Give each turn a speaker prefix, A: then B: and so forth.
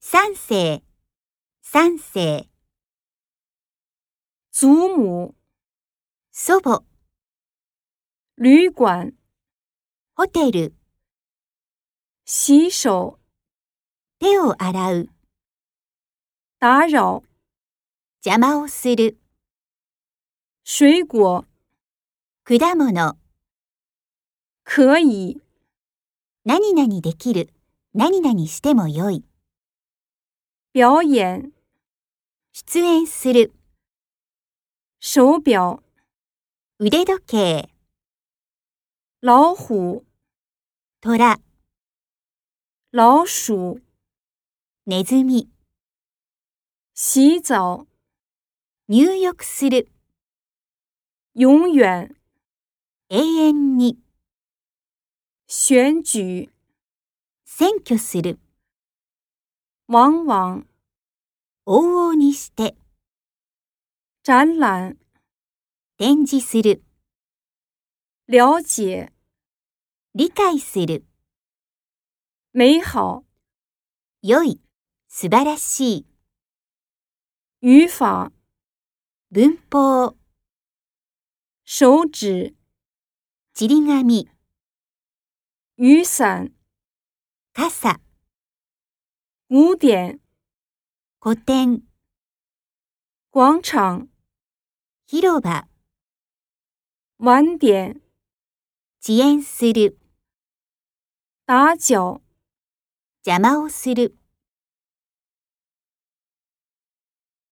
A: 三世、三世、
B: 祖母、
A: 祖母、
B: 旅馆、
A: ホテル、
B: 洗手、
A: 手を洗う、
B: 打扰、
A: 邪魔をする、
B: 水果、
A: 果物、
B: 可以、
A: 何々できる、何々してもよい、
B: 表演、
A: 出演する、
B: 手表、
A: 腕時計、
B: 老虎、
A: 虎、
B: 老鼠、
A: ネズミ、
B: 洗澡、
A: 入浴する、
B: 永远、
A: 永遠に、
B: 选举、
A: 選挙する、
B: 往往、
A: 往々にして、
B: 展览、
A: 展示する、
B: 了解、
A: 理解する、
B: 美好、
A: 良い、素晴らしい、
B: 语法、
A: 文法、
B: 手指、
A: ちり紙、
B: 雨伞、
A: 傘、
B: 污点、
A: 古典、
B: 广场、
A: 広場、
B: 晚点、
A: 遅延する、
B: 打搅。
A: 邪魔をする。